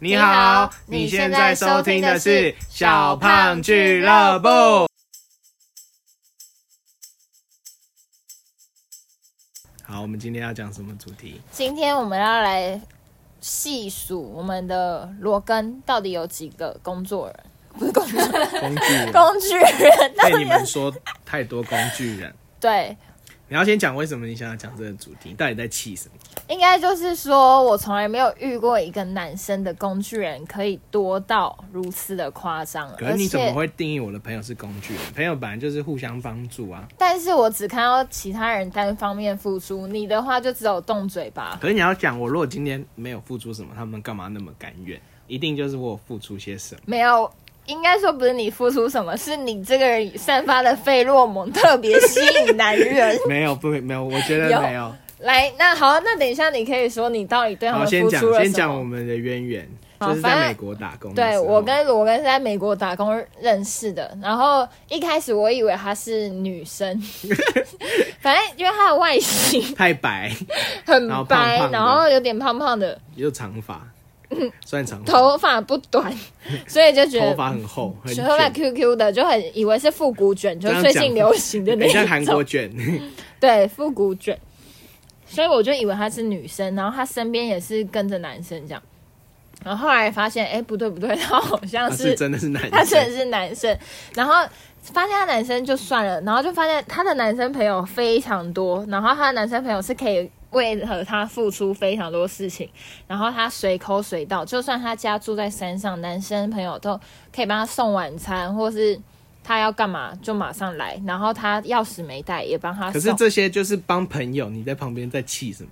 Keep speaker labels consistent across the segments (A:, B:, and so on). A: 你好，你现在收听的是《小胖俱乐部》。好，我们今天要讲什么主题？
B: 今天我们要来细数我们的罗根到底有几个工作人，不是工作人，
A: 工具人
B: 工具人到
A: 被
B: 底
A: 你
B: 有
A: 们说太多工具人。
B: 对，
A: 你要先讲为什么你想要讲这个主题，到底在气什么？
B: 应该就是说我从来没有遇过一个男生的工具人可以多到如此的夸张，
A: 可
B: 而
A: 是你怎么
B: 且
A: 会定义我的朋友是工具人？朋友本来就是互相帮助啊。
B: 但是我只看到其他人单方面付出，你的话就只有动嘴巴。
A: 可是你要讲，我如果今天没有付出什么，他们干嘛那么甘愿？一定就是我有付出些什么。
B: 没有，应该说不是你付出什么，是你这个人散发的费洛蒙特别吸引男人。
A: 没有，不，没有，我觉得
B: 有
A: 没有。
B: 来，那好，那等一下你可以说你到底对他
A: 好，
B: 们
A: 先
B: 付
A: 讲
B: 出了
A: 先
B: 什
A: 讲我
B: 么。
A: 们的渊源，
B: 好
A: 就是
B: 反
A: 在
B: 正
A: 美国打工的时
B: 对
A: 候。
B: 我跟我跟是在美国打工认识的，然后一开始我以为她是 女生，反正因为她的外 形
A: 太白
B: 很
A: 然后胖
B: 白，
A: 胖的
B: 然后有点胖胖的，
A: 有长发，算长发，
B: 头发不 短，所以就觉
A: 头
B: 得
A: 发很厚，很
B: 头发
A: 卷，
B: QQ 的，就很以为是复古卷，就
A: 这样
B: 是最
A: 讲
B: 近流行的那
A: 很像
B: 一
A: 韩
B: 种
A: 国。 卷。
B: 对，复古卷。所以我就以为她是女生，然后她身边也是跟着男生这样。然后后来发现，哎，不对不对，她好像
A: 他
B: 是
A: 是真的是男
B: 她真
A: 生，
B: 的是男生。然后发现她男生就算了，然后就发现她的男生朋友非常多，然后她的男生朋友是可以为了她付出非常多事情，然后她随口随到，就算她家住在山上，男生朋友都可以帮她送晚餐，或是她要干嘛就马上来，然后她钥匙没带也帮她送。
A: 可是这些就是帮朋友，你在旁边在气 什么？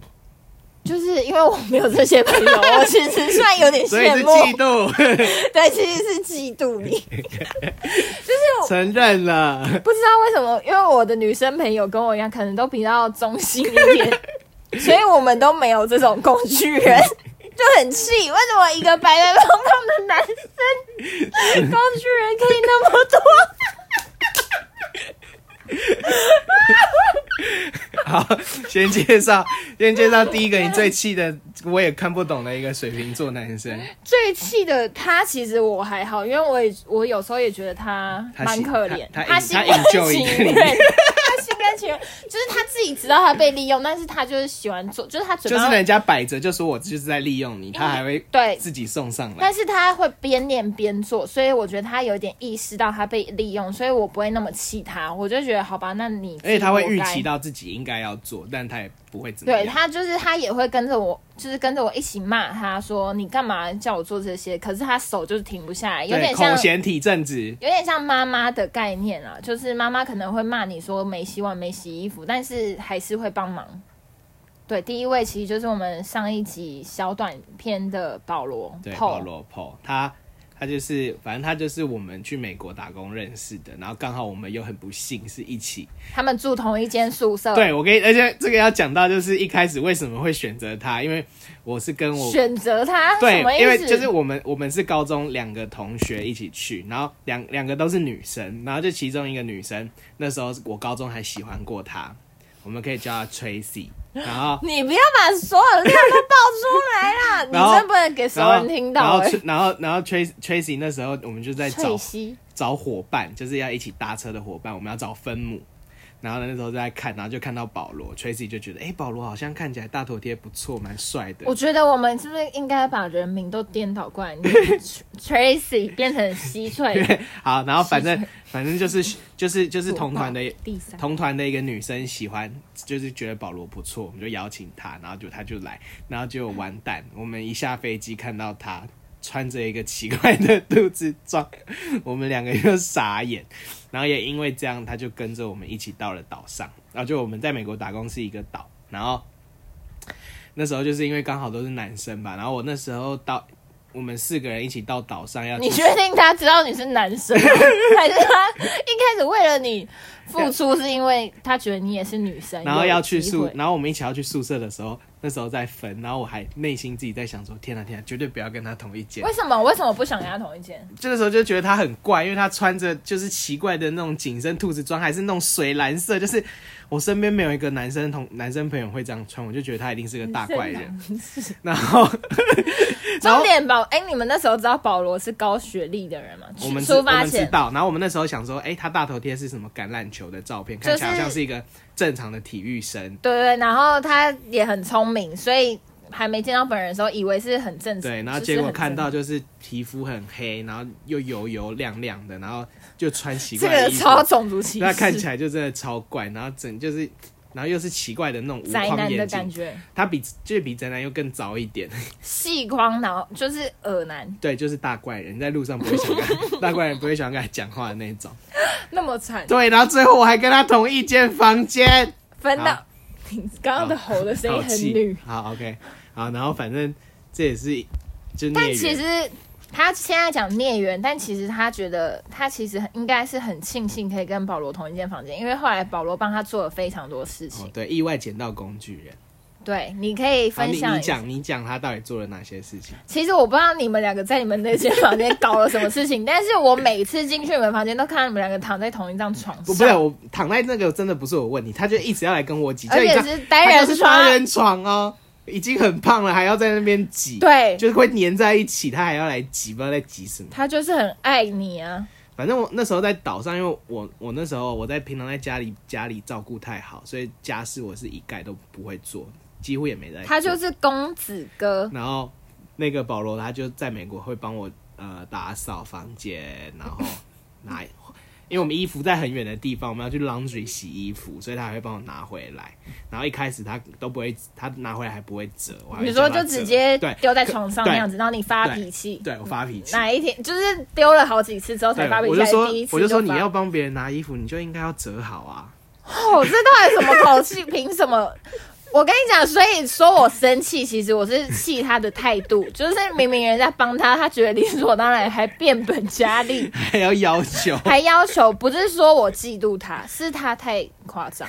B: 就是因为我没有这些朋 友，我其实算有点
A: 所以
B: 羡
A: 是嫉
B: 慕，
A: 妒，
B: 对，其实是嫉妒你。
A: 承认了。
B: 不知道为什么，因为我的女生朋友跟我一样，可能都比较中性一 点，所以我们都没有这种工具人，就很气。为什么一个白白胖胖的男生工具人可以那么多？
A: 好，先介绍，先介绍第一个你最气的，我也看不懂的一个水瓶座男生，
B: 最气的他，其实我还好，因为我也我有时候也觉得他
A: 他
B: 蛮
A: 心
B: 可怜，
A: 他他
B: 心
A: 他
B: 甘
A: enjoy
B: 情
A: 你
B: 愿，他心甘情愿，就是他自己知道他被利用，但是他就是喜欢做，就是他嘴
A: 就
B: 巴
A: 是人家摆着就说我就是在利用你，他还会
B: 对
A: 自己送上来。
B: 但是他会边念边做，所以我觉得他有点意识到他被利用，所以我不会那么气他，我就觉得好吧，那你自己
A: 而且他会预
B: 活该
A: 期到自己应该要做，但他也不会怎么
B: 对
A: 样。
B: 他就是他也会跟着我，就是跟着我一起骂他说你干嘛叫我做这些？可是他手就是停不下来，有
A: 对
B: 点像
A: 孔贤体正直，
B: 有点像妈妈的概念啊，就是妈妈可能会骂你说没洗碗、没洗衣服，但是还是会帮忙。对，第一位其实就是我们上一集小短片的保罗，
A: 对，
B: Paul
A: 保罗 Paul，他他就是，反正他就是我们去美国打工认识的，然后刚好我们又很不幸是一起。
B: 他们住同一间宿舍，
A: 对我跟你，而且这个要讲到就是一开始为什么会选择他，因为我是跟我
B: 选择他，
A: 对
B: 什么，意思？
A: 因为就是我们我们是高中两个同学一起去，然后两两个都是女生，然后就其中一个女生那时候我高中还喜欢过她，我们可以叫她 Tracy，然后。
B: 你不要把所有料都爆出来 啦，你
A: 然后
B: 真不能给所有人听
A: 然
B: 到、
A: 后
B: 欸。
A: 然后然后 Tracy Tracy 那时候我们就在
B: 翠
A: 找
B: 西，
A: 找伙伴，就是要一起搭车的伙伴，我们要找分母。然后呢，那时候在看，然后就看到保罗，Tracy 就觉得，哎、保罗好像看起来大头贴不错，蛮帅的
B: 我。觉得我们是不是应该把人名都颠倒过来你？Tracy 变成西翠，
A: 好，然后反 正反正就是就是就是同团的
B: 第三。
A: 同团的一个女生喜欢，就是觉得保罗不错，我们就邀请他，然后就他就来，然后就完蛋，我们一下飞机看到他穿着一个奇怪的肚子装，我们两个就傻眼，然后也因为这样，他就跟着我们一起到了岛上，然后就我们在美国打工是一个岛，然后那时候就是因为刚好都是男生吧，然后我那时候到我们四个人一起到岛上要去
B: 你确定他知道你是男生 吗，还是他一开始为了你付出，是因为他觉得你也是女生？
A: 啊然后要去
B: 有机会
A: 宿，然后我们一起要去宿舍的时候，那时候在分，然后我还内心自己在想说，天啊天啊，绝对不要跟他同一间
B: 为。什么？为什么不想跟他同一间？
A: 这个时候就觉得他很怪，因为他穿着就是奇怪的那种紧身兔子装，还是那种水蓝色，就是我身边没有一个男生同男生朋友会这样穿，我就觉得他一定是个 大怪人。
B: 是
A: 然后 然
B: 重
A: 后
B: 点保哎、你们那时候知道保罗是高学历的人吗？
A: 我们知
B: 出
A: 我
B: 发
A: 们知
B: 前
A: 道，然后我们那时候想说，哎、他大头贴是什么橄榄球的照片，看起来
B: 就
A: 好
B: 是
A: 像是一个正常的体育生。
B: 对对，然后他也很聪明，所以还没见到本人的时候，以为是很正常。
A: 对，然后
B: 就是
A: 结果
B: 很
A: 看
B: 正
A: 到就是皮肤很黑，然后又油油亮亮的，然后就穿奇
B: 这
A: 怪的
B: 个
A: 衣服，
B: 超种族歧视，
A: 那看起来就真的超怪，然后整就是，然后又是奇怪的那种无
B: 宅
A: 框
B: 男的
A: 眼
B: 感
A: 镜，
B: 觉，
A: 他比就是比宅男又更早一点，
B: 细框，然后就是耳男，
A: 对，就是大怪人，在路上不会想跟 他大怪人不会想跟他讲话的那种，
B: 那么惨，
A: 对，然后最后我还跟他同一间房间，
B: 分到
A: 好
B: 你刚刚的吼的声
A: 好
B: 音很
A: 气
B: 女，，
A: 好 OK，好，然后反正这也是就孽
B: 但
A: 缘
B: 其实。他现在讲孽缘，但其实他觉得他其实很应该是很庆幸可以跟保罗同一间房间，因为后来保罗帮他做了非常多事情。
A: 哦对意外捡到工具人，
B: 对，你可以
A: 好，
B: 分
A: 你
B: 享
A: 你
B: 一下。
A: 讲你讲他到底做了哪些事情，
B: 其实我不知道你们两个在你们那间房间搞了什么 事情，但是我每次进去你们房间都看到你们两个躺在同一张床上，
A: 不不是我躺在那个真的不是我问题，他就一直要来跟我挤，
B: 而
A: 就
B: 且
A: 你知道
B: 是单
A: 他
B: 人
A: 就是
B: 床。
A: 单人床哦，已经很胖了，还要在那边挤，，
B: 对，
A: 就是会粘在一起，他还要来挤，不知道在挤什么。
B: 他就是很爱你啊，
A: 反正我那时候在岛上，因为我我那时候我在平常在家里家里照顾太好，所以家事我是一概都不会做，几乎也没在做。
B: 他就是公子 哥，
A: 然后那个保罗他就在美国会帮我呃打扫房间，然后拿，因为我们衣服在很远的地方，我们要去 laundry 洗衣服，所以他还会帮我拿回来。然后一开始他都不会，他拿回来还不会折，我还会
B: 你说
A: 叫他
B: 就直
A: 折
B: 接
A: 对
B: 丢在床上
A: 对
B: 那样子，然后你发脾气，
A: 对我发脾气。
B: 哪一天就是丢了好几次之后才
A: 对
B: 发，脾
A: 我
B: 气，
A: 就
B: 还是
A: 说
B: 第一，次
A: 我就说
B: 发
A: 你要帮别人拿衣服，你就应该要折好啊。
B: 哦，这到底什么口气？凭什么？我跟你讲，所以说我生气，其实我是气他的态度，就是明明人家帮他，他觉得理所当然，还变本加厉，
A: 还要要 求。
B: 还要求，不是说我嫉妒他，是他太夸张，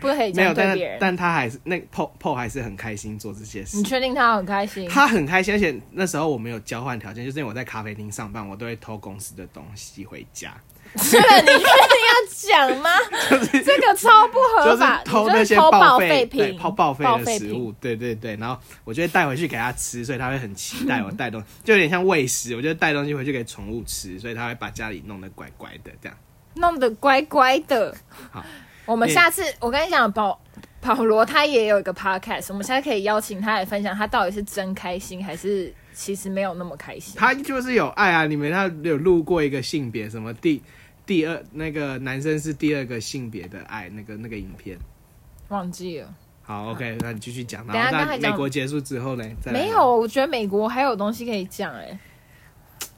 B: 不可以这
A: 没有，
B: 样对
A: 但
B: 别人。
A: 但他还是那 PO PO 还是很开心做这些事
B: 你，确定他很开心？
A: 他很开心，而且那时候我们有交换条件，就是因为我在咖啡厅上班，我都会偷公司的东西回家，
B: 这个你确定要讲吗？这个超不
A: 就
B: 合
A: 是
B: 法，你
A: 偷
B: 就
A: 那
B: 是
A: 些
B: 偷报
A: 废对，
B: 品，
A: 偷报废
B: 报
A: 的
B: 废
A: 食
B: 品
A: 物，对对对，然后我就会带回去给他吃，所以他会很期待我带东西，就有点像喂食，我就带东西回去给宠物吃，所以他会把家里弄得乖乖的这样。
B: 弄得乖乖的。
A: 好，
B: 我们
A: 你
B: 下次我跟你讲，保保罗他也有一个 podcast，我们下次可以邀请他来分享，他到底是真开心还是其实没有那么开心。
A: 他就是有爱啊！你们他有录过一个性别什么第第二那个男生是第二个性别的爱那个那个影片。
B: 忘记了，
A: 好，OK，那你继续讲。
B: 等一
A: 然
B: 下
A: 后
B: 刚才
A: 在
B: 讲
A: 美国结束之后呢？再来
B: 没有，。我觉得美国还有东西可以讲哎、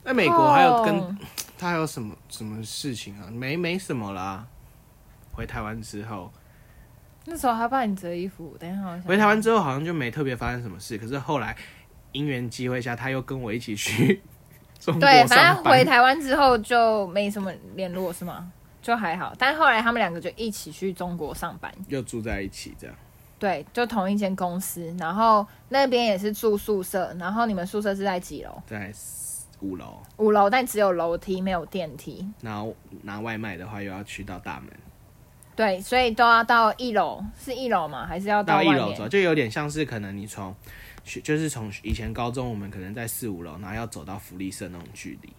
A: 那哎美国还有跟、
B: 哦
A: 他还有什么什么事情啊？没没什么啦。回台湾之后，
B: 那时候他帮你折衣服，等一下我想
A: 回台湾之后好像就没特别发生什么事。可是后来因缘机会下，他又跟我一起去 中国
B: 对，
A: 上班。
B: 反正回台湾之后就没什么联络是吗？就还好，但后来他们两个就一起去中国上班，
A: 又住在一起这样。
B: 对，就同一间公司，然后那边也是住宿舍，然后你们宿舍是在几楼？
A: 在五楼，
B: 五楼，但只有楼梯没有电梯，
A: 然后拿外卖的话又要去到大门。
B: 对，所以都要到一楼，是一楼吗？还是要
A: 到
B: 外
A: 一楼
B: 面
A: 走，？就有点像是可能你从学，就是从以前高中我们可能在四五楼，然后要走到福利社那种距离。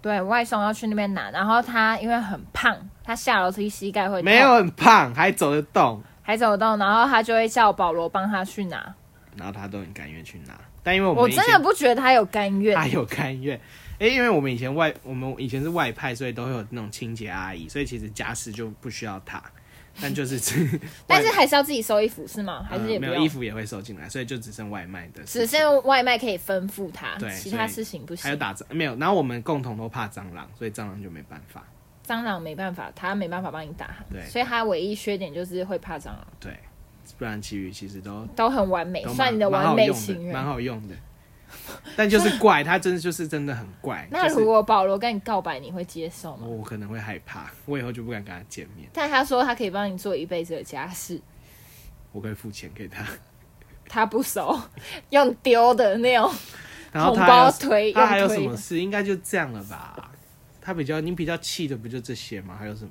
B: 对外送要去那边拿，然后他因为很胖，他下楼梯膝盖会痛
A: 没有，很胖，还走得动，
B: 还走动，然后他就会叫保罗帮他去拿。
A: 然后他都很甘愿去拿。但因为我
B: 我
A: 们以前
B: 真的不觉得他有甘愿，，
A: 他有甘愿，哎、因为我们以前外我们以前是外派，所以都会有那种清洁阿姨，所以其实家事就不需要他。但就是
B: 但是还是要自己收衣服是吗？还是也
A: 呃、
B: 不
A: 没
B: 用？
A: 有衣服也会收进来，所以就只剩外卖的事
B: 只
A: 情，
B: 剩外卖可以吩咐他，
A: 对
B: 其他
A: 所以
B: 事情不
A: 还有
B: 行。
A: 打蟑没有。然后我们共同都怕蟑螂，所以蟑螂就没办法。
B: 蟑螂没办法，他没办法帮你打，
A: 对
B: 所以他唯一缺点就是会怕蟑螂，
A: 对，不然其余其实都
B: 都很完美，
A: 都蛮
B: 算你的
A: 蛮
B: 完
A: 好
B: 美
A: 用的
B: 情人
A: 蛮。好用的。但就是怪，他真的就是真的很怪。
B: 那
A: 就是
B: 如果保罗跟你告白，你会接受吗？
A: 我可能会害怕，我以后就不敢跟他见面。
B: 但他说他可以帮你做一辈子的家事，
A: 我可以付钱给他，
B: 他不熟，用丢的那种
A: 然后
B: 红
A: 他还
B: 包
A: 有
B: 推，
A: 他还有
B: 用
A: 什
B: 推
A: 么
B: 的。
A: 事？应该就这样了吧？他比较你比较气的不就这些吗？还有什么？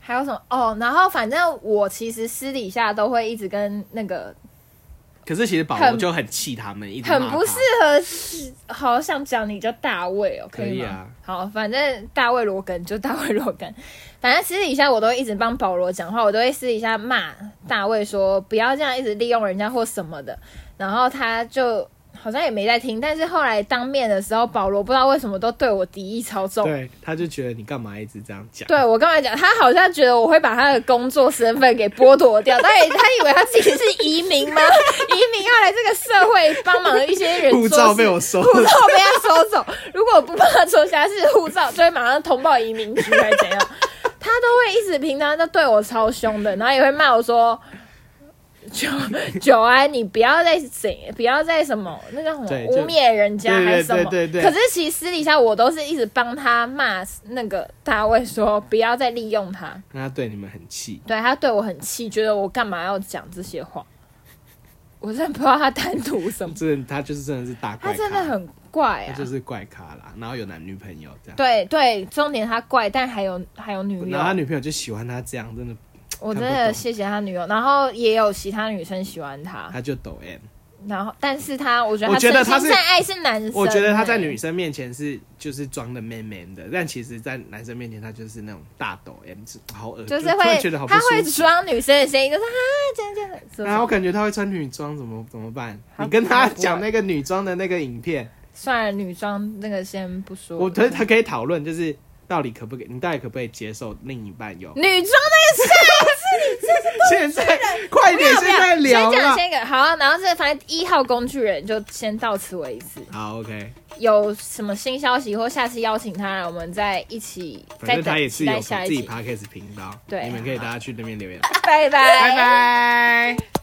B: 还有什么哦？然后反正我其实私底下都会一直跟那个
A: 可是其实保罗
B: 很
A: 就很气他们，一直骂
B: 很
A: 他
B: 不适合，好想讲你叫大卫哦，
A: 可
B: 以
A: 以
B: 吗？
A: 啊
B: 好，反正大卫罗根就大卫罗根，反正私底下我都会一直帮保罗讲话，我都会私底下骂大卫说不要这样一直利用人家或什么的，然后他就好像也没在听，但是后来当面的时候，保罗不知道为什么都对我敌意超重。
A: 对，他就觉得你干嘛一直这样讲？
B: 对我刚才讲，他好像觉得我会把他的工作身份给剥夺掉，他也他以为他自己是移民吗？ 移民要来这个社会帮忙一些人做
A: 护
B: 事，
A: 照被我收
B: 护
A: 了，
B: 照被他收走，如果不帮他抽下是护照，就会马上通报移民局还是怎样？他都会一直平常都对我超凶的，然后也会骂我说。九九安，你不要再怎，不要再什么那叫什么
A: 对就
B: 污蔑人家
A: 对对
B: 还是什么？
A: 对对对
B: 可是其实私底下我都是一直帮他骂那个大卫，说不要再利用他。
A: 那他对你们很气。
B: 对他对我很气，觉得我干嘛要讲这些话？我真的不知道他贪图什么，
A: 真的，他就是真的是大
B: 他
A: 怪咖，
B: 真的很怪啊
A: 他。就是怪咖啦。然后有男女朋友这样，
B: 对对，重点他怪，但还有还有女
A: 然后他
B: 友，
A: 女朋友就喜欢他这样，真的
B: 我真
A: 看不
B: 的
A: 懂
B: 谢谢他女友，然后也有其他女生喜欢他，
A: 他就抖 M。
B: 然后但是他我觉得
A: 我觉得他
B: 他
A: 是
B: 真心在爱是男生欸、
A: 我觉得他在女生面前是就是装的 man man 的，但其实，在男生面前他就是那种大抖 M，是好恶，
B: 就是
A: 突然
B: 会
A: 觉得好不
B: 他会
A: 舒服。
B: 装女生的声音，就是啊这样这样的，是不是
A: 然后我感觉他会穿女装，怎么怎么办？
B: 他
A: 你跟他
B: 他不会
A: 讲那个女装的那个影片，
B: 算了，女装那个先不说，
A: 我觉得他可以讨论，就是到底可不可以，你到底可不可以接受另一半有？
B: 女装那个是。
A: 现在 快点，现在
B: 不要
A: 聊啊
B: 不要先讲
A: 了。
B: 先一个好，啊然后这反正一号工具人就先到此为止。
A: 好，OK，
B: 有什么新消息或下次邀请他来，我们再一起
A: 反
B: 再
A: 正
B: 等
A: 他也是
B: 期
A: 有
B: 待
A: 自
B: 下一
A: 己
B: 集。
A: podcast 频道，
B: 对
A: 你们可以大家去那边留言，
B: 拜拜
A: 拜拜。